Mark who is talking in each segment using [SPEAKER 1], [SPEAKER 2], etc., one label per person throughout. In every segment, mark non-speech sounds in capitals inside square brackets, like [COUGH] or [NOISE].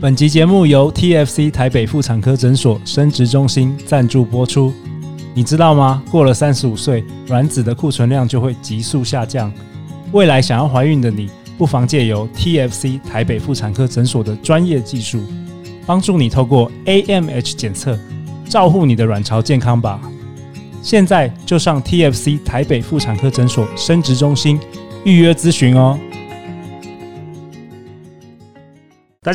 [SPEAKER 1] 本集节目由 TFC 台北妇产科诊所生殖中心赞助播出。你知道吗？过了三十五岁，卵子的库存量就会急速下降。未来想要怀孕的你，不妨借由 TFC 台北妇产科诊所的专业技术，帮助你透过 AMH 检测，照护你的卵巢健康吧。现在就上 TFC 台北妇产科诊所生殖中心预约咨询哦。大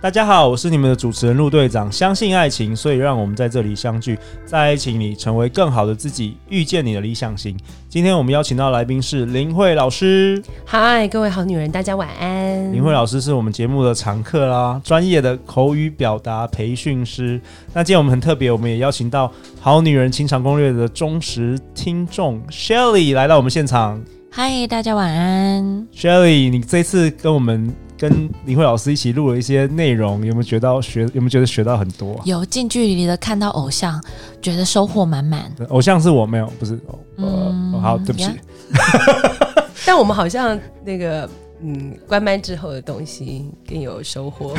[SPEAKER 1] 大家好，我是你们的主持人陆队长。相信爱情，所以让我们在这里相聚，在爱情里成为更好的自己，遇见你的理想型。今天我们邀请到的来宾是林慧老师。
[SPEAKER 2] 嗨，各位好女人，大家晚
[SPEAKER 3] 嗯
[SPEAKER 2] 安。
[SPEAKER 1] 林慧老师是我们节目的常客啦，专业的口语表达培训师。那今天我们很特别，我们也邀请到《好女人情场攻略》的忠实听众 Shelly 来到我们现场。
[SPEAKER 3] 嗨，大家晚安。
[SPEAKER 1] Shelly，你这次跟我们跟林慧老师一起录了一些内容，有没有觉到学？有没有觉得学到很多啊、
[SPEAKER 3] 有近距离的看到偶像，觉得收获满满。
[SPEAKER 1] 偶像是我没有，不是哦，呃，
[SPEAKER 3] 嗯
[SPEAKER 1] 哦好，对不起
[SPEAKER 3] 呀
[SPEAKER 2] 但我们好像那个嗯，关麦之后的东西更有
[SPEAKER 1] [LAUGHS]
[SPEAKER 2] 收获。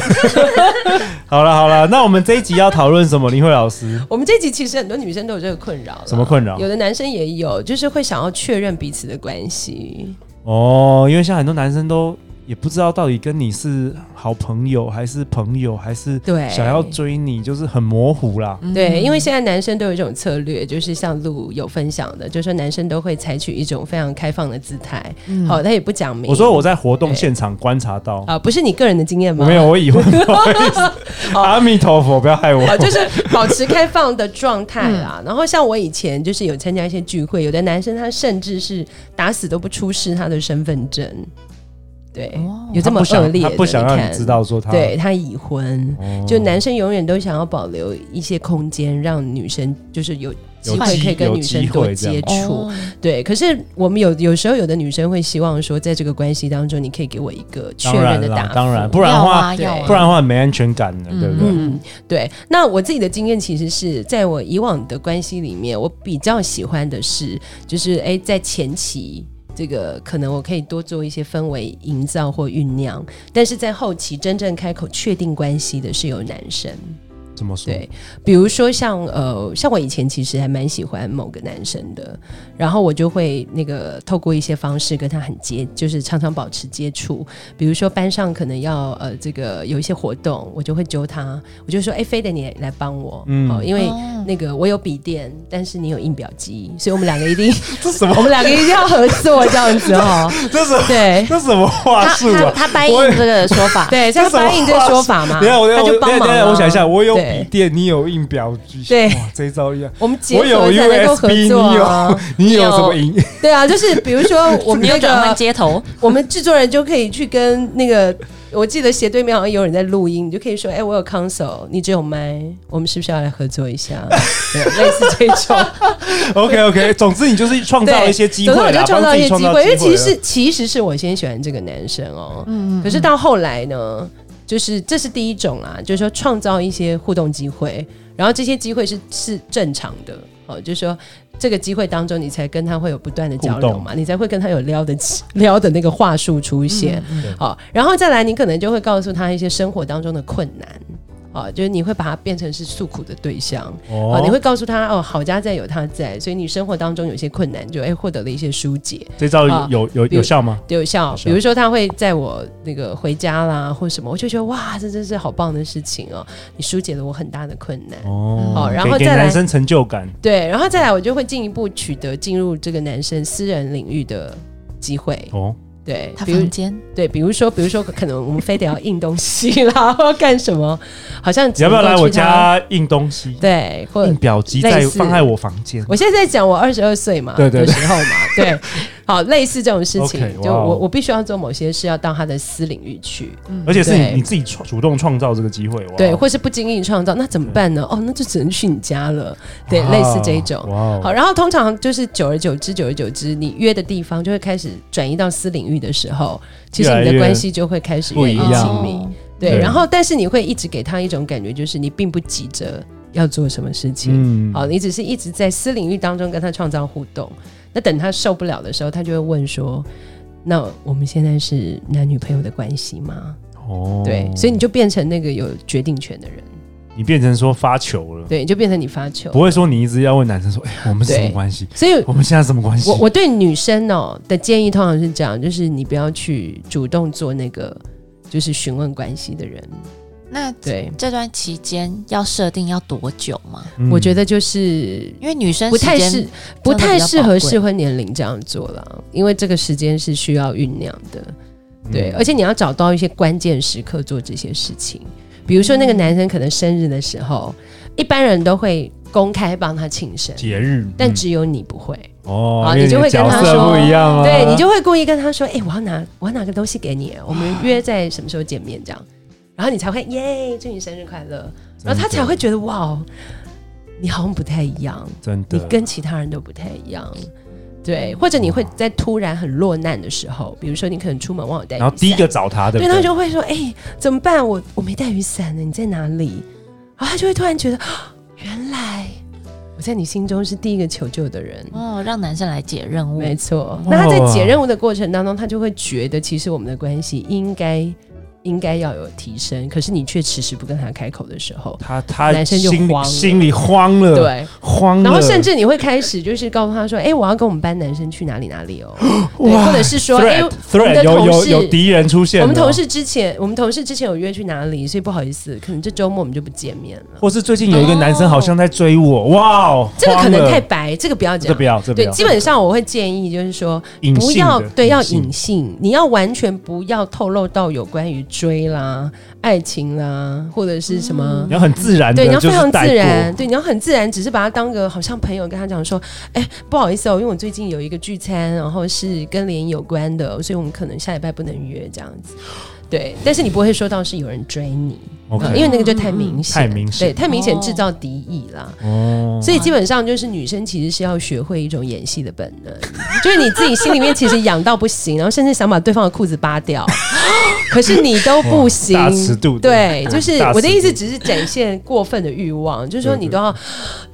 [SPEAKER 1] 好了好了，那我们这一集要讨论什么？林慧老师，
[SPEAKER 2] 我们这集其实很多女生都有这个困扰啦，
[SPEAKER 1] 什么困扰
[SPEAKER 2] 有？的男生也有，就是会想要确认彼此的关系。
[SPEAKER 1] 哦，因为现在很多男生都也不知道到底跟你是好朋友还是朋友，还是
[SPEAKER 2] 对嗯
[SPEAKER 1] 想要追你，就是很模糊啦。
[SPEAKER 2] 对，因为现在男生都有一种策略，就是像路有分享的，就是说男生都会采取一种非常开放的姿态，好，他也不讲
[SPEAKER 1] 嗯
[SPEAKER 2] 明。
[SPEAKER 1] 我说我在活动现场观察到，
[SPEAKER 2] 啊、不是你个人的经验
[SPEAKER 1] 我
[SPEAKER 2] 吗？ [LAUGHS]
[SPEAKER 1] 没有，我已婚，不好意思阿弥陀佛，不要害我。
[SPEAKER 2] 啊，就是
[SPEAKER 1] [LAUGHS]
[SPEAKER 2] 保持开放的状态啦。
[SPEAKER 1] 嗯
[SPEAKER 2] 然后像我以前就是有参加一些聚会，有的男生他甚至是打死都不出示他的身份证，对，
[SPEAKER 3] 哦
[SPEAKER 2] 有这
[SPEAKER 1] 他
[SPEAKER 2] 么
[SPEAKER 1] 不想
[SPEAKER 2] 恶劣的，
[SPEAKER 1] 他不想让你知道说他
[SPEAKER 2] 看。对他已婚，
[SPEAKER 1] 哦
[SPEAKER 2] 就男生永远都想要保留一些空间，让女生就是有机会
[SPEAKER 1] 机
[SPEAKER 2] 可以跟
[SPEAKER 1] 有
[SPEAKER 2] 女生
[SPEAKER 1] 机
[SPEAKER 2] 多
[SPEAKER 1] 会这样
[SPEAKER 2] 接触。
[SPEAKER 3] 哦
[SPEAKER 2] 对，可是我们有有时候有的女生会希望说，在这个关系当中，你可以给我一个确
[SPEAKER 1] 当
[SPEAKER 2] 认
[SPEAKER 1] 然
[SPEAKER 2] 的答
[SPEAKER 1] 啦
[SPEAKER 2] 复，
[SPEAKER 1] 当然，不然的
[SPEAKER 3] 要
[SPEAKER 1] 话，
[SPEAKER 3] 啊要啊
[SPEAKER 1] 不然的话很没安全感的，
[SPEAKER 3] 嗯
[SPEAKER 1] 对不对？
[SPEAKER 2] 嗯，对。那我自己的经验其实是在我以往的关系里面，我比较喜欢的是，就是哎，在前期。这个可能我可以多做一些氛围营造或酝酿，但是在后期真正开口确定关系的是有男生，
[SPEAKER 1] 怎么说？
[SPEAKER 2] 对，比如说像呃，像我以前其实还蛮喜欢某个男生的，然后我就会那个透过一些方式跟他很接，就是常常保持接触。比如说班上可能要呃这个有一些活动，我就会揪他，我就说哎，非得你来帮我，
[SPEAKER 1] 嗯
[SPEAKER 2] 嗯、因为
[SPEAKER 3] 哦
[SPEAKER 2] 那个我有笔电，但是你有印表机，所以我们两个一定，
[SPEAKER 1] 这什
[SPEAKER 2] [LAUGHS]
[SPEAKER 1] 么
[SPEAKER 2] 我？们两个一定要合作这样
[SPEAKER 1] [LAUGHS]
[SPEAKER 2] 子哦，
[SPEAKER 1] 这什么？
[SPEAKER 2] 对。
[SPEAKER 1] 这什么话术
[SPEAKER 3] 他
[SPEAKER 1] 啊？
[SPEAKER 3] 他答应
[SPEAKER 1] 我也
[SPEAKER 3] 这个说法，
[SPEAKER 2] [LAUGHS] 对，像
[SPEAKER 1] 这什么
[SPEAKER 2] 翻译这个说法嘛，
[SPEAKER 1] 等一下，我等一
[SPEAKER 2] 他
[SPEAKER 1] 下
[SPEAKER 2] 就
[SPEAKER 1] 我等
[SPEAKER 2] 帮
[SPEAKER 1] 一下，
[SPEAKER 2] 忙、
[SPEAKER 1] 等一
[SPEAKER 2] 啊。
[SPEAKER 1] 下，我想一下，我有
[SPEAKER 2] 对
[SPEAKER 1] 笔电，你有印表机，
[SPEAKER 2] 对
[SPEAKER 1] 哇，这一招厉害。
[SPEAKER 2] 我们结
[SPEAKER 1] 我有
[SPEAKER 2] 合啊才能够合
[SPEAKER 1] USB，你
[SPEAKER 2] 作、啊
[SPEAKER 1] 有 [LAUGHS] 你有什么影？
[SPEAKER 2] 对啊，就是比如说
[SPEAKER 1] [LAUGHS]
[SPEAKER 2] 我们
[SPEAKER 3] 你
[SPEAKER 2] 那
[SPEAKER 3] 有转换
[SPEAKER 2] 个，[LAUGHS]
[SPEAKER 3] 接头，
[SPEAKER 2] 我们制作人就可以去跟那个，我记得斜对面好像有人在录音，你就可以说，哎、我有 console，你只有麦，我们是不是要来合作
[SPEAKER 1] [LAUGHS]
[SPEAKER 2] 一下？对类似这种，
[SPEAKER 1] OK
[SPEAKER 2] [LAUGHS]
[SPEAKER 1] OK，总之 [LAUGHS] 你就是创造
[SPEAKER 2] 对，
[SPEAKER 1] 一些机会
[SPEAKER 2] 总之我
[SPEAKER 1] 啦哦
[SPEAKER 2] 就，
[SPEAKER 1] 帮
[SPEAKER 2] 创造
[SPEAKER 1] 自
[SPEAKER 2] 一
[SPEAKER 1] 己
[SPEAKER 2] 些
[SPEAKER 1] 创
[SPEAKER 2] 机
[SPEAKER 1] 造啊
[SPEAKER 2] 会，因为其
[SPEAKER 1] 了
[SPEAKER 2] 实是其实是我先喜欢这个男生哦、
[SPEAKER 3] 嗯
[SPEAKER 2] 可是到后来呢，就是这是第一种啦，就是说创造一些互动机会，然后这些机会是是正常的哦，就是说这个机会当中，你才跟他会有不断的交流嘛，你才会跟他有撩的撩的那个话术出现，好、
[SPEAKER 1] 对
[SPEAKER 2] 然后再来，你可能就会告诉他一些生活当中的困难。哦，就是你会把他变成是诉苦的对象，哦，你
[SPEAKER 1] 哦，
[SPEAKER 2] 会告诉他哦，好家在有他在，所以你生活当中有些困难就哎获得了一些疏解，
[SPEAKER 1] 这招
[SPEAKER 2] 啊
[SPEAKER 1] 有有
[SPEAKER 2] 比如
[SPEAKER 1] 有效吗？
[SPEAKER 2] 有效。
[SPEAKER 1] 是啊
[SPEAKER 2] 比如说他会在我那个回家啦或什么，我就觉得哇，这真是好棒的事情哦，你疏解了我很大的困难。
[SPEAKER 1] 哦
[SPEAKER 2] 哦然后
[SPEAKER 1] 给给
[SPEAKER 2] 再来
[SPEAKER 1] 男生成就感，
[SPEAKER 2] 对，然后再来我就会进一步取得进入这个男生私人领域的机会。
[SPEAKER 1] 哦，
[SPEAKER 2] 对，
[SPEAKER 3] 他
[SPEAKER 2] 比如
[SPEAKER 3] 房间
[SPEAKER 2] 对，比如说比如说可能我们非得要印东西啦， [LAUGHS] 或干什么，好像
[SPEAKER 1] 你要不要
[SPEAKER 2] 只能
[SPEAKER 1] 来
[SPEAKER 2] 够
[SPEAKER 1] 我
[SPEAKER 2] 去他？
[SPEAKER 1] 家嗯印东西？
[SPEAKER 2] 对，或
[SPEAKER 1] 印表机在
[SPEAKER 2] 类似
[SPEAKER 1] 放在我房间。
[SPEAKER 2] 我现在在讲我二十二岁嘛，
[SPEAKER 1] 对对对
[SPEAKER 2] 的时候嘛，
[SPEAKER 1] [LAUGHS]
[SPEAKER 2] 对，好，类似这种事情
[SPEAKER 1] OK，
[SPEAKER 2] 就
[SPEAKER 1] 哇哦
[SPEAKER 2] 我我必须要做某些事，要到他的私领域去，
[SPEAKER 1] 而且是
[SPEAKER 2] 嗯对
[SPEAKER 1] 你你自己创主动创造这个机会，哇哦
[SPEAKER 2] 对，或是不经意创造，那怎么办呢？哦，那就只能去你家了，对，
[SPEAKER 1] 哇
[SPEAKER 2] 类似这一种。
[SPEAKER 1] 啊哇哦
[SPEAKER 2] 好，然后通常就是久而久之，久而久之，你约的地方就会开始转移到私领域的时候，其实
[SPEAKER 1] 越来
[SPEAKER 2] 你
[SPEAKER 1] 越
[SPEAKER 2] 的关系就会开始
[SPEAKER 1] 不
[SPEAKER 2] 越
[SPEAKER 1] 一
[SPEAKER 2] 亲
[SPEAKER 1] 样
[SPEAKER 2] 密。
[SPEAKER 3] 哦
[SPEAKER 2] 对，
[SPEAKER 1] 对
[SPEAKER 2] 然后但是你会一直给他一种感觉，就是你并不急着要做什么事情，
[SPEAKER 1] 嗯
[SPEAKER 2] 好，你只是一直在私领域当中跟他创造互动。那等他受不了的时候，他就会问说：“那我们现在是男女朋友的关系吗？”
[SPEAKER 1] 哦
[SPEAKER 2] 对，所以你就变成那个有决定权的人，
[SPEAKER 1] 你变成说发球了，
[SPEAKER 2] 对，你就变成你发球。
[SPEAKER 1] 不会说你一直要问男生说，哎、我们是什么
[SPEAKER 2] 对
[SPEAKER 1] 关系？
[SPEAKER 2] 所以
[SPEAKER 1] 我们现在什么关系？
[SPEAKER 2] 我我对女生哦的建议通常是这样，就是你不要去主动做那个就是询问关系的人。
[SPEAKER 3] 那
[SPEAKER 2] 对，
[SPEAKER 3] 这段期间要设定要多久吗？
[SPEAKER 1] 嗯
[SPEAKER 2] 我觉得就是
[SPEAKER 3] 因为女生
[SPEAKER 2] 不太
[SPEAKER 3] 时间
[SPEAKER 2] 适
[SPEAKER 3] 真
[SPEAKER 2] 不
[SPEAKER 3] 的比较
[SPEAKER 2] 太适
[SPEAKER 3] 宝
[SPEAKER 2] 合
[SPEAKER 3] 贵
[SPEAKER 2] 适婚年龄这样做了，因为这个时间是需要酝酿的。对，
[SPEAKER 1] 嗯
[SPEAKER 2] 而且你要找到一些关键时刻做这些事情，比如说那个男生可能生日的时候，一般人都会公开帮他庆生，
[SPEAKER 1] 节日，
[SPEAKER 2] 但
[SPEAKER 1] 嗯
[SPEAKER 2] 只有你不会。
[SPEAKER 1] 哦，
[SPEAKER 2] 啊
[SPEAKER 1] 因为
[SPEAKER 2] 你就
[SPEAKER 1] 的
[SPEAKER 2] 会跟
[SPEAKER 1] 角
[SPEAKER 2] 他
[SPEAKER 1] 色
[SPEAKER 2] 说
[SPEAKER 1] 不一样啊，
[SPEAKER 2] 对你就会故意跟他说：“哎、我要拿我要拿个东西给你，我们约在什么时候见面这样。”然后你才会耶，祝你生日快乐，然后他才会觉得哇，你好像不太一样，
[SPEAKER 1] 真的
[SPEAKER 2] 你跟其他人都不太一样。对，或者你会在突然很落难的时候，比如说你可能出门忘了带雨伞，
[SPEAKER 1] 然后第一个找他的，
[SPEAKER 2] 对，
[SPEAKER 1] 不
[SPEAKER 2] 他就会说：“哎、怎么办？我我没带雨伞呢，你在哪里？”然后他就会突然觉得，啊原来我在你心中是第一个求救的人。
[SPEAKER 3] 哦，让男生来解任务。
[SPEAKER 2] 没错，
[SPEAKER 1] 哦哇
[SPEAKER 2] 那他在解任务的过程当中，他就会觉得其实我们的关系应该应该要有提升，可是你却迟迟不跟他开口的时候，
[SPEAKER 1] 他他
[SPEAKER 2] 男生就
[SPEAKER 1] 心里
[SPEAKER 2] 慌了
[SPEAKER 1] 心里慌了，，
[SPEAKER 2] 对，
[SPEAKER 1] 慌了，
[SPEAKER 2] 然后甚至你会开始就是告诉他说，哎、我要跟我们班男生去哪里哪里哦，对，
[SPEAKER 1] 哇
[SPEAKER 2] 或者是说，哎、
[SPEAKER 1] threat
[SPEAKER 2] 我们
[SPEAKER 1] threat
[SPEAKER 2] 的
[SPEAKER 1] 有
[SPEAKER 2] 同
[SPEAKER 1] 有
[SPEAKER 2] 事
[SPEAKER 1] 有敌人出现了，
[SPEAKER 2] 我们同事之前我们同事之前有约去哪里，所以不好意思，可能这周末我们就不见面了。
[SPEAKER 1] 或是最近有一个男生好像在追我，哇哦，
[SPEAKER 2] 这个可
[SPEAKER 1] 慌了
[SPEAKER 2] 能太白，这个不要
[SPEAKER 1] 这
[SPEAKER 2] 讲
[SPEAKER 1] 不。要这不
[SPEAKER 2] 对
[SPEAKER 1] 要，，
[SPEAKER 2] 基本上我会建议就是说，
[SPEAKER 1] 隐
[SPEAKER 2] 不
[SPEAKER 1] 性
[SPEAKER 2] 要
[SPEAKER 1] 的
[SPEAKER 2] 对要
[SPEAKER 1] 性
[SPEAKER 2] 隐性，你要完全不要透露到有关于追啦、爱情啦，或者是什么。
[SPEAKER 1] 你要很自然的，
[SPEAKER 2] 对，你要
[SPEAKER 1] 就
[SPEAKER 2] 非
[SPEAKER 1] 是
[SPEAKER 2] 常
[SPEAKER 1] 带
[SPEAKER 2] 自
[SPEAKER 1] 过
[SPEAKER 2] 然，对，你要很自然，只是把它当个好像朋友跟他讲说，哎、不好意思哦，因为我最近有一个聚餐，然后是跟联谊有关的，所以我们可能下礼拜不能约这样子。对，但是你不会说到是有人追你，
[SPEAKER 1] ，OK，
[SPEAKER 2] 呃因为那个就太明显，
[SPEAKER 1] 太明显
[SPEAKER 2] 对，太明显
[SPEAKER 3] 哦
[SPEAKER 2] 制造敌意啦。
[SPEAKER 1] 哦，
[SPEAKER 2] 所以基本上就是女生其实是要学会一种演戏的本能， [LAUGHS] 就是你自己心里面其实痒到不行，然后甚至想把对方的裤子扒掉， [GASPS] 可是你都不行
[SPEAKER 1] 哦哇大尺度的。
[SPEAKER 2] 对，就是
[SPEAKER 1] 大尺度
[SPEAKER 2] 我的意思，只是展现过分的欲
[SPEAKER 1] [LAUGHS]
[SPEAKER 2] 望，就是说你都要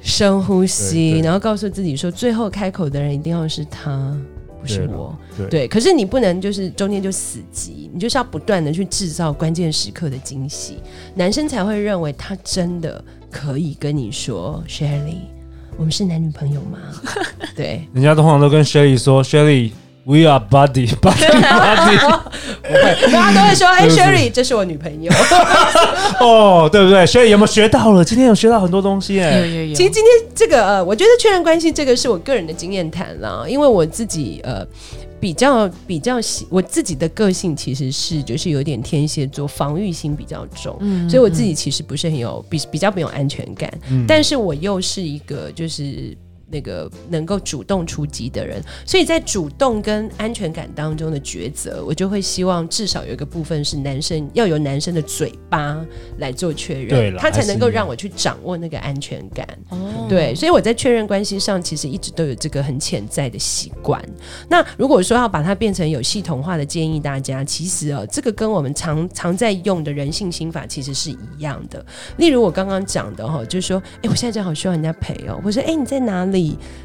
[SPEAKER 2] 深呼
[SPEAKER 1] 对
[SPEAKER 2] 吸，
[SPEAKER 1] 对
[SPEAKER 2] 然后告诉自己说，最后开口的人一定要是他，不是
[SPEAKER 1] 对
[SPEAKER 2] 我。
[SPEAKER 1] 对
[SPEAKER 2] 对，可是你不能就是中间就死机，你就是要不断的去制造关键时刻的惊喜，男生才会认为他真的可以跟你说，Shirley，我们是男女朋友 [LAUGHS] 吗？对，
[SPEAKER 1] 人家通常都跟 Shelly 说，Shelly。We are buddy, [LAUGHS] buddy, buddy。
[SPEAKER 2] [LAUGHS] 大家都会说，哎、
[SPEAKER 1] 是
[SPEAKER 2] s
[SPEAKER 1] 是
[SPEAKER 2] h i r l e y 这是我女朋友。 [LAUGHS]
[SPEAKER 1] 哦，对不对？Shelly 有没有学到了？今天有学到很多东西
[SPEAKER 3] 有
[SPEAKER 1] 哎。
[SPEAKER 3] 有有，
[SPEAKER 2] 其实今天这个呃，我觉得确认关系这个是我个人的经验谈啦，因为我自己呃比较比较喜我自己的个性其实是就是有点天蝎座，防御心比较重，
[SPEAKER 3] 嗯
[SPEAKER 2] 所以我自己其实不是很有比比较没有安全感，
[SPEAKER 1] 嗯
[SPEAKER 2] 但是我又是一个就是。那个能够主动出击的人，所以在主动跟安全感当中的抉择，我就会希望至少有一个部分是男生要由男生的嘴巴来做确
[SPEAKER 1] 对
[SPEAKER 2] 认，
[SPEAKER 1] 啦
[SPEAKER 2] 他才
[SPEAKER 1] 还是
[SPEAKER 2] 能够
[SPEAKER 1] 一样
[SPEAKER 2] 让我去掌握那个安全感。
[SPEAKER 3] 哦
[SPEAKER 2] 对，所以我在确认关系上，其实一直都有这个很潜在的习惯。那如果说要把它变成有系统化的建议大家，其实哦，这个跟我们常常在用的人性心法其实是一样的。例如我刚刚讲的哈、哦，就是说，哎，我现在正好需要人家陪哦，或者哎你在哪里？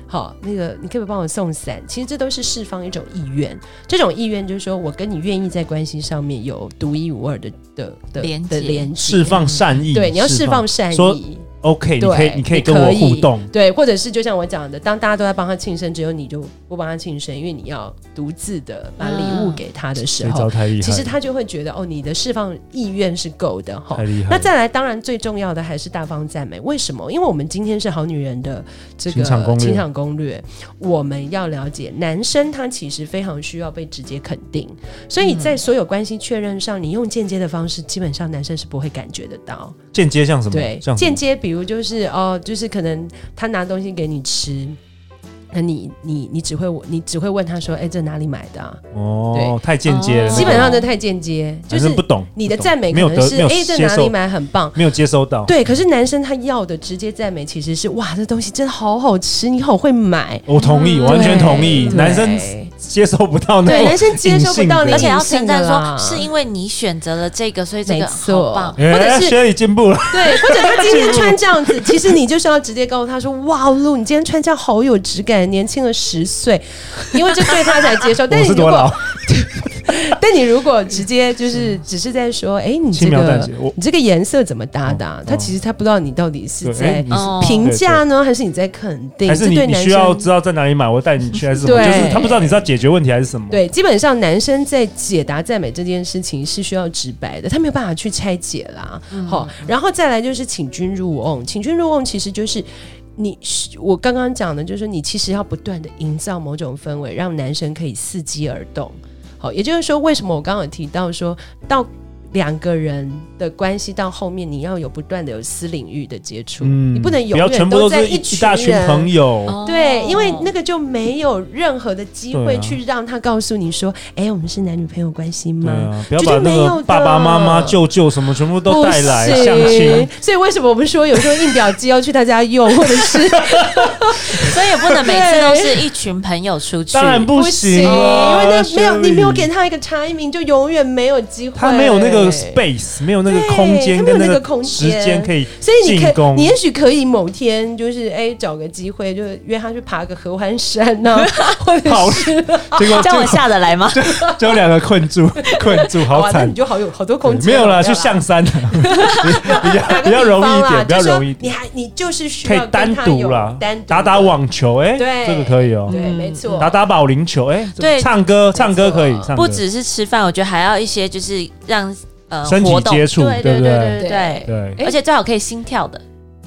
[SPEAKER 2] 好，那个你可不可以帮我送伞？其实这都是释放一种意愿，这种意愿就是说我跟你愿意在关系上面有独一无二的的的
[SPEAKER 3] 连
[SPEAKER 2] 的
[SPEAKER 3] 接
[SPEAKER 2] 连接
[SPEAKER 1] 释放善意，
[SPEAKER 2] 对，你要释放善
[SPEAKER 1] 说
[SPEAKER 2] 意。
[SPEAKER 1] OK，你
[SPEAKER 2] 对
[SPEAKER 1] 可以，你可以
[SPEAKER 2] 你
[SPEAKER 1] 跟
[SPEAKER 2] 可
[SPEAKER 1] 我
[SPEAKER 2] 以
[SPEAKER 1] 互动，
[SPEAKER 2] 对，或者是就像我讲的，当大家都在帮他庆生，只有你就不帮他庆生，因为你要独自的把礼物给他的时
[SPEAKER 1] 这
[SPEAKER 2] 候，
[SPEAKER 1] 招太厉害了，
[SPEAKER 2] 其实他就会觉得哦，你的释放意愿是够的哈
[SPEAKER 1] 太。厉害了。
[SPEAKER 2] 那再来，当然最重要的还是大方赞美。为什么？因为我们今天是好女人的这
[SPEAKER 1] 情
[SPEAKER 2] 个
[SPEAKER 1] 场攻略
[SPEAKER 2] 情场攻略，我们要了解男生他其实非常需要被直接肯定，所以在所有关系确认上，你用间接的方式，基本上男生是不会感觉得到。
[SPEAKER 1] 间接像什么？
[SPEAKER 2] 对
[SPEAKER 1] 像，
[SPEAKER 2] 间接比如就是哦，就是可能他拿东西给你吃，那你你你只会你只会问他说，哎、这哪里买的、啊？
[SPEAKER 1] 哦，太间接了，
[SPEAKER 3] 哦
[SPEAKER 1] 那个
[SPEAKER 2] 基本上这太间接，就
[SPEAKER 1] 男
[SPEAKER 2] 是
[SPEAKER 1] 生不懂
[SPEAKER 2] 你的
[SPEAKER 1] 不懂
[SPEAKER 2] 赞美
[SPEAKER 1] 没
[SPEAKER 2] 可
[SPEAKER 1] 有
[SPEAKER 2] 能
[SPEAKER 1] 得
[SPEAKER 2] 是
[SPEAKER 1] 没有
[SPEAKER 2] 哎、这
[SPEAKER 1] 接
[SPEAKER 2] 哪里
[SPEAKER 1] 受，哦
[SPEAKER 2] 买很棒。
[SPEAKER 1] 没有接收到。
[SPEAKER 2] 对，可是男生他要的直接赞美其实是哇，这东西真的好好吃，你好会买，
[SPEAKER 1] 我同意，完全同意。
[SPEAKER 2] 嗯对
[SPEAKER 1] 男生接收不到那
[SPEAKER 2] 对，
[SPEAKER 1] 种
[SPEAKER 2] 男生接收不到你
[SPEAKER 1] 隐性的
[SPEAKER 2] 隐性的啦，
[SPEAKER 3] 而且要称赞说是因为你选择了这个，所以这个
[SPEAKER 2] 没错
[SPEAKER 3] 好棒。
[SPEAKER 2] 或者
[SPEAKER 1] 哎，
[SPEAKER 2] 是
[SPEAKER 1] 学你进步了，
[SPEAKER 2] 对，或者他今天穿这样
[SPEAKER 1] [LAUGHS]
[SPEAKER 2] 子，其实你就是要直接告诉他说：“哇，露，你今天穿这样好有质感，年轻了十岁。”因为这对他才接受。
[SPEAKER 1] [LAUGHS]
[SPEAKER 2] 但
[SPEAKER 1] 我
[SPEAKER 2] 你
[SPEAKER 1] 是
[SPEAKER 2] 如
[SPEAKER 1] 多老
[SPEAKER 2] 果，？ [LAUGHS] 但你如果直接就是只是在说：“哎，你这
[SPEAKER 1] 轻描淡写
[SPEAKER 2] 个，
[SPEAKER 1] 我
[SPEAKER 2] 你这个颜色怎么搭的啊
[SPEAKER 1] 哦？”
[SPEAKER 2] 他其实他不知道你到底是
[SPEAKER 1] 对，哎
[SPEAKER 2] 在
[SPEAKER 1] 你是
[SPEAKER 3] 哦
[SPEAKER 2] 评价呢，还是你在肯定？
[SPEAKER 1] 还是
[SPEAKER 2] 这
[SPEAKER 1] 你
[SPEAKER 2] 对
[SPEAKER 1] 你
[SPEAKER 2] 男
[SPEAKER 1] 需要
[SPEAKER 2] 生
[SPEAKER 1] 知道在哪里买，我带你去还是什么？
[SPEAKER 2] 对
[SPEAKER 1] 就是他不知道你是要解决问题还是什么。
[SPEAKER 2] 对，基本上男生在解答赞美这件事情是需要直白的，他没有办法去拆解啦。
[SPEAKER 1] 嗯
[SPEAKER 2] 好、然后再来就是请君入瓮，请君入瓮其实就是。你是我刚刚讲的，就是你其实要不断的营造某种氛围，让男生可以伺机而动。好，也就是说，为什么我刚刚有提到说到两个人的关系到后面，你要有不断的有私领域的接触，
[SPEAKER 1] 嗯，
[SPEAKER 2] 你不能永
[SPEAKER 1] 要
[SPEAKER 2] 远
[SPEAKER 1] 全部都
[SPEAKER 2] 在
[SPEAKER 1] 是一
[SPEAKER 2] 群
[SPEAKER 1] 大群
[SPEAKER 2] 人
[SPEAKER 1] 朋友。
[SPEAKER 3] 哦
[SPEAKER 2] 对，因为那个就没有任何的机
[SPEAKER 1] 对
[SPEAKER 2] 会
[SPEAKER 1] 啊
[SPEAKER 2] 去让他告诉你说，哎、我们是男女朋友关系
[SPEAKER 1] 对
[SPEAKER 2] 吗？
[SPEAKER 3] 嗯
[SPEAKER 1] 啊，不要
[SPEAKER 2] 这
[SPEAKER 1] 把
[SPEAKER 2] 就
[SPEAKER 1] 那
[SPEAKER 2] 没有
[SPEAKER 1] 个
[SPEAKER 2] 的
[SPEAKER 1] 爸爸妈妈、舅舅什么全部都
[SPEAKER 2] 不
[SPEAKER 1] 带来
[SPEAKER 2] 行
[SPEAKER 1] 相亲。。
[SPEAKER 2] 所以为什么我们说有时候印表机要去他家用，或者是
[SPEAKER 3] 所以也不能每次都是一群朋友出去。
[SPEAKER 1] 当然不
[SPEAKER 2] 行，
[SPEAKER 1] 行
[SPEAKER 2] 因
[SPEAKER 1] 啊，
[SPEAKER 2] 为那没有
[SPEAKER 1] Sherry
[SPEAKER 2] 你没有给他一个 timing，就永远没有机会。
[SPEAKER 1] 他没有那个 space，没有那个
[SPEAKER 2] 对
[SPEAKER 1] 空间
[SPEAKER 2] 他没有
[SPEAKER 1] 跟
[SPEAKER 2] 那
[SPEAKER 1] 个
[SPEAKER 2] 个空
[SPEAKER 1] 时
[SPEAKER 2] 间
[SPEAKER 1] 间可以
[SPEAKER 2] 所以你可
[SPEAKER 1] 进攻
[SPEAKER 2] 你也许可以某天就是哎、找个机会，就是约他去爬个合欢山
[SPEAKER 1] [LAUGHS]
[SPEAKER 2] 呐、或者
[SPEAKER 1] 跑。
[SPEAKER 2] 是
[SPEAKER 1] 结果
[SPEAKER 3] 这哦样我下得来吗？
[SPEAKER 1] 就两个困
[SPEAKER 2] [LAUGHS]
[SPEAKER 1] 住，困住，好
[SPEAKER 2] 哇，那
[SPEAKER 1] 惨
[SPEAKER 2] 你。就好有好多空
[SPEAKER 1] 对
[SPEAKER 2] 间。
[SPEAKER 1] 没有啦，
[SPEAKER 2] 了，
[SPEAKER 1] 去象山，比较
[SPEAKER 2] 打
[SPEAKER 1] 啊 [LAUGHS] 比
[SPEAKER 2] 个
[SPEAKER 1] 较容易
[SPEAKER 2] 方
[SPEAKER 1] 一
[SPEAKER 2] 啦
[SPEAKER 1] 点，比较容易一
[SPEAKER 2] 就是说你
[SPEAKER 1] 点，
[SPEAKER 2] 还你就是需
[SPEAKER 1] 可以
[SPEAKER 2] 要
[SPEAKER 1] 单
[SPEAKER 2] 跟他有
[SPEAKER 1] 独啦，
[SPEAKER 2] 单独
[SPEAKER 1] 打打
[SPEAKER 2] 的，
[SPEAKER 1] 网球，哎，
[SPEAKER 2] 对
[SPEAKER 1] 这个可以哦，
[SPEAKER 2] 对，
[SPEAKER 3] 嗯
[SPEAKER 2] 没错，
[SPEAKER 1] 打打保龄球，哎，这
[SPEAKER 3] 对
[SPEAKER 1] 唱歌唱歌可以，唱歌
[SPEAKER 3] 不只是吃饭，我觉得还要一些就是让呃
[SPEAKER 1] 身体
[SPEAKER 3] 活动
[SPEAKER 1] 接触
[SPEAKER 3] 对
[SPEAKER 1] 对不
[SPEAKER 3] 对
[SPEAKER 1] 对
[SPEAKER 3] 对对。
[SPEAKER 1] 对，
[SPEAKER 2] 哎
[SPEAKER 3] 而且最好可以心跳的，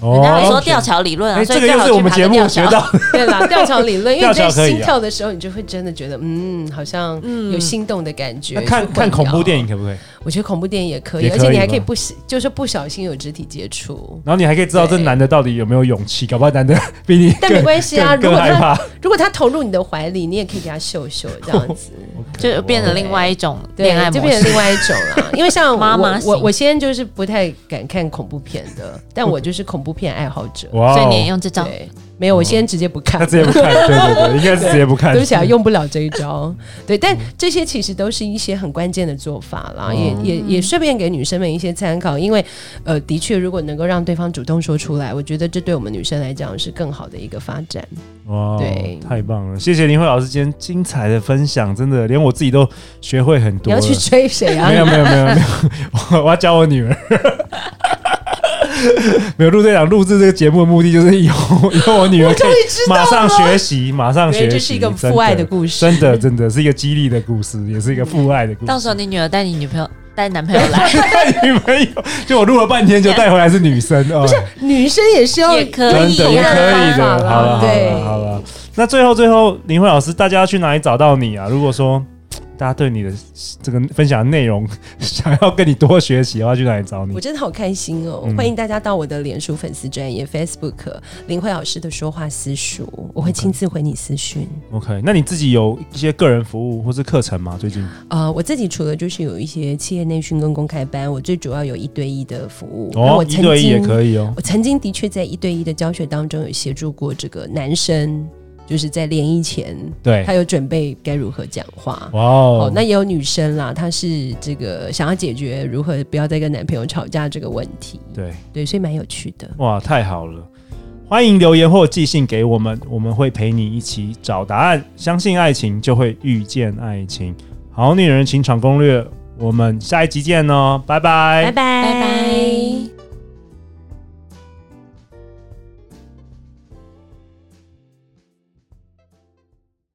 [SPEAKER 3] 人家有说
[SPEAKER 1] 哦，
[SPEAKER 3] 吊桥理论啊，
[SPEAKER 1] 哎，
[SPEAKER 3] 所以
[SPEAKER 1] 这个
[SPEAKER 3] 最
[SPEAKER 1] 又
[SPEAKER 3] 好
[SPEAKER 1] 是我
[SPEAKER 3] 去
[SPEAKER 1] 们
[SPEAKER 3] 爬
[SPEAKER 1] 节
[SPEAKER 3] 个
[SPEAKER 1] 目
[SPEAKER 3] 吊
[SPEAKER 1] 学
[SPEAKER 3] 桥。
[SPEAKER 1] 到的，[LAUGHS]
[SPEAKER 2] 对啦，吊桥理论，因
[SPEAKER 1] 吊
[SPEAKER 2] 为你
[SPEAKER 1] 桥
[SPEAKER 2] 在
[SPEAKER 1] 可以啊
[SPEAKER 2] 心跳的时候，你就会真的觉得，嗯，好像
[SPEAKER 3] 嗯
[SPEAKER 2] 有心动的感觉。
[SPEAKER 1] 那看
[SPEAKER 2] 去
[SPEAKER 1] 看
[SPEAKER 2] 混
[SPEAKER 1] 恐怖
[SPEAKER 2] 淆
[SPEAKER 1] 电影，可不可以？
[SPEAKER 2] 我觉得恐怖电影也可以，
[SPEAKER 1] 也可以
[SPEAKER 2] 而且你还可以
[SPEAKER 1] 吗
[SPEAKER 2] 不小，就是不小心有肢体接触。
[SPEAKER 1] 然后你还可以知道这
[SPEAKER 2] 对
[SPEAKER 1] 男的到底有没有勇气，搞不好男的比你
[SPEAKER 2] [LAUGHS] 但没
[SPEAKER 1] 更
[SPEAKER 2] 关系啊，
[SPEAKER 1] 更
[SPEAKER 2] 如
[SPEAKER 1] 更
[SPEAKER 2] 果
[SPEAKER 1] 害
[SPEAKER 2] 他
[SPEAKER 1] 怕，
[SPEAKER 2] 如果他投入你的怀里，你也可以给他秀秀这样
[SPEAKER 1] [LAUGHS]
[SPEAKER 2] 子。
[SPEAKER 3] 就变成另外一种
[SPEAKER 2] 对
[SPEAKER 3] 恋爱，
[SPEAKER 2] 就
[SPEAKER 3] 模
[SPEAKER 2] 变
[SPEAKER 3] 式
[SPEAKER 2] 成。另外一种
[SPEAKER 1] [LAUGHS]
[SPEAKER 2] 了。因为像
[SPEAKER 3] 妈妈
[SPEAKER 2] 我，我
[SPEAKER 3] 型
[SPEAKER 2] 我先就是不太敢看恐怖片的，但我就是恐怖片爱好者。
[SPEAKER 1] 哇
[SPEAKER 3] 所以
[SPEAKER 1] 哦
[SPEAKER 3] 你也用这招，
[SPEAKER 2] 对，没有，我先直接不看
[SPEAKER 1] 他。哦直接不看，对对对，应该是直接不看。 [LAUGHS]
[SPEAKER 2] 对不起啊，用不了这一招。对，但这些其实都是一些很关键的做法啦，也
[SPEAKER 1] 嗯
[SPEAKER 2] 也也顺便给女生们一些参考，因为呃，的确，如果能够让对方主动说出来，我觉得这对我们女生来讲是更好的一个发展。
[SPEAKER 1] 哇，哦
[SPEAKER 2] 对
[SPEAKER 1] 太棒了！谢谢林慧老师今天精彩的分享，真的连我自己都学会很
[SPEAKER 2] 你
[SPEAKER 1] 多
[SPEAKER 2] 要
[SPEAKER 1] 了。
[SPEAKER 2] 去追谁啊
[SPEAKER 1] 没？有没有没有没有，我我要教我女儿。没有陆队长录制这个节目的目的就是以
[SPEAKER 2] [LAUGHS]
[SPEAKER 1] 后以后我女儿可以马上学习，马上
[SPEAKER 2] 对
[SPEAKER 1] 学习。
[SPEAKER 2] 这是一个
[SPEAKER 1] 真
[SPEAKER 2] 父爱的故事。
[SPEAKER 1] 真的真的是一个激励的故事，也是一个父爱的故事。
[SPEAKER 3] 到
[SPEAKER 1] [LAUGHS]
[SPEAKER 3] 时候你女儿带你女朋友带男朋友来
[SPEAKER 1] 带女朋友，就我录了半天，就带回来是女
[SPEAKER 2] [LAUGHS]
[SPEAKER 1] 生哦，不是
[SPEAKER 2] 女生也是要
[SPEAKER 3] 也可
[SPEAKER 1] [LAUGHS] 真
[SPEAKER 3] 以
[SPEAKER 1] 的也
[SPEAKER 3] 啊，
[SPEAKER 1] 可以的。
[SPEAKER 2] 啦
[SPEAKER 1] 好了好
[SPEAKER 2] 对
[SPEAKER 1] 了好了，那最后最后，林慧老师，大家要去哪里找到你啊？如果说大家对你的这个分享内容 [LAUGHS] 想要跟你多学习的话，去哪里找你
[SPEAKER 2] 我？真的好开心哦！
[SPEAKER 1] 嗯
[SPEAKER 2] 欢迎大家到我的脸书粉丝专业 Facebook 林慧老师的说话私塾，
[SPEAKER 1] 嗯
[SPEAKER 2] 我会亲自回你私讯。
[SPEAKER 1] OK，那你自己有一些个人服务或是课程吗？最近
[SPEAKER 2] 呃，我自己除了就是有一些企业内训跟公开班，我最主要有一对一的服务。那我
[SPEAKER 1] 哦，
[SPEAKER 2] 曾
[SPEAKER 1] 一
[SPEAKER 2] 经
[SPEAKER 1] 对一也可以哦。
[SPEAKER 2] 我曾经的确在一对一的教学当中有协助过这个男生，就是在联谊前，
[SPEAKER 1] 对
[SPEAKER 2] 他，有准备该如何讲话。
[SPEAKER 1] 哇
[SPEAKER 2] 哦
[SPEAKER 1] 哎哦，，
[SPEAKER 2] 那也有女生啦，她是这个想要解决如何不要再跟男朋友吵架这个问题，
[SPEAKER 1] 对，
[SPEAKER 2] 对，所以蛮有趣的。
[SPEAKER 1] 哇，太好了！欢迎留言或寄信给我们，我们会陪你一起找答案。相信爱情，就会遇见爱情。好女人情场攻略，我们下一集见哦，拜拜
[SPEAKER 2] 拜拜
[SPEAKER 3] 拜拜。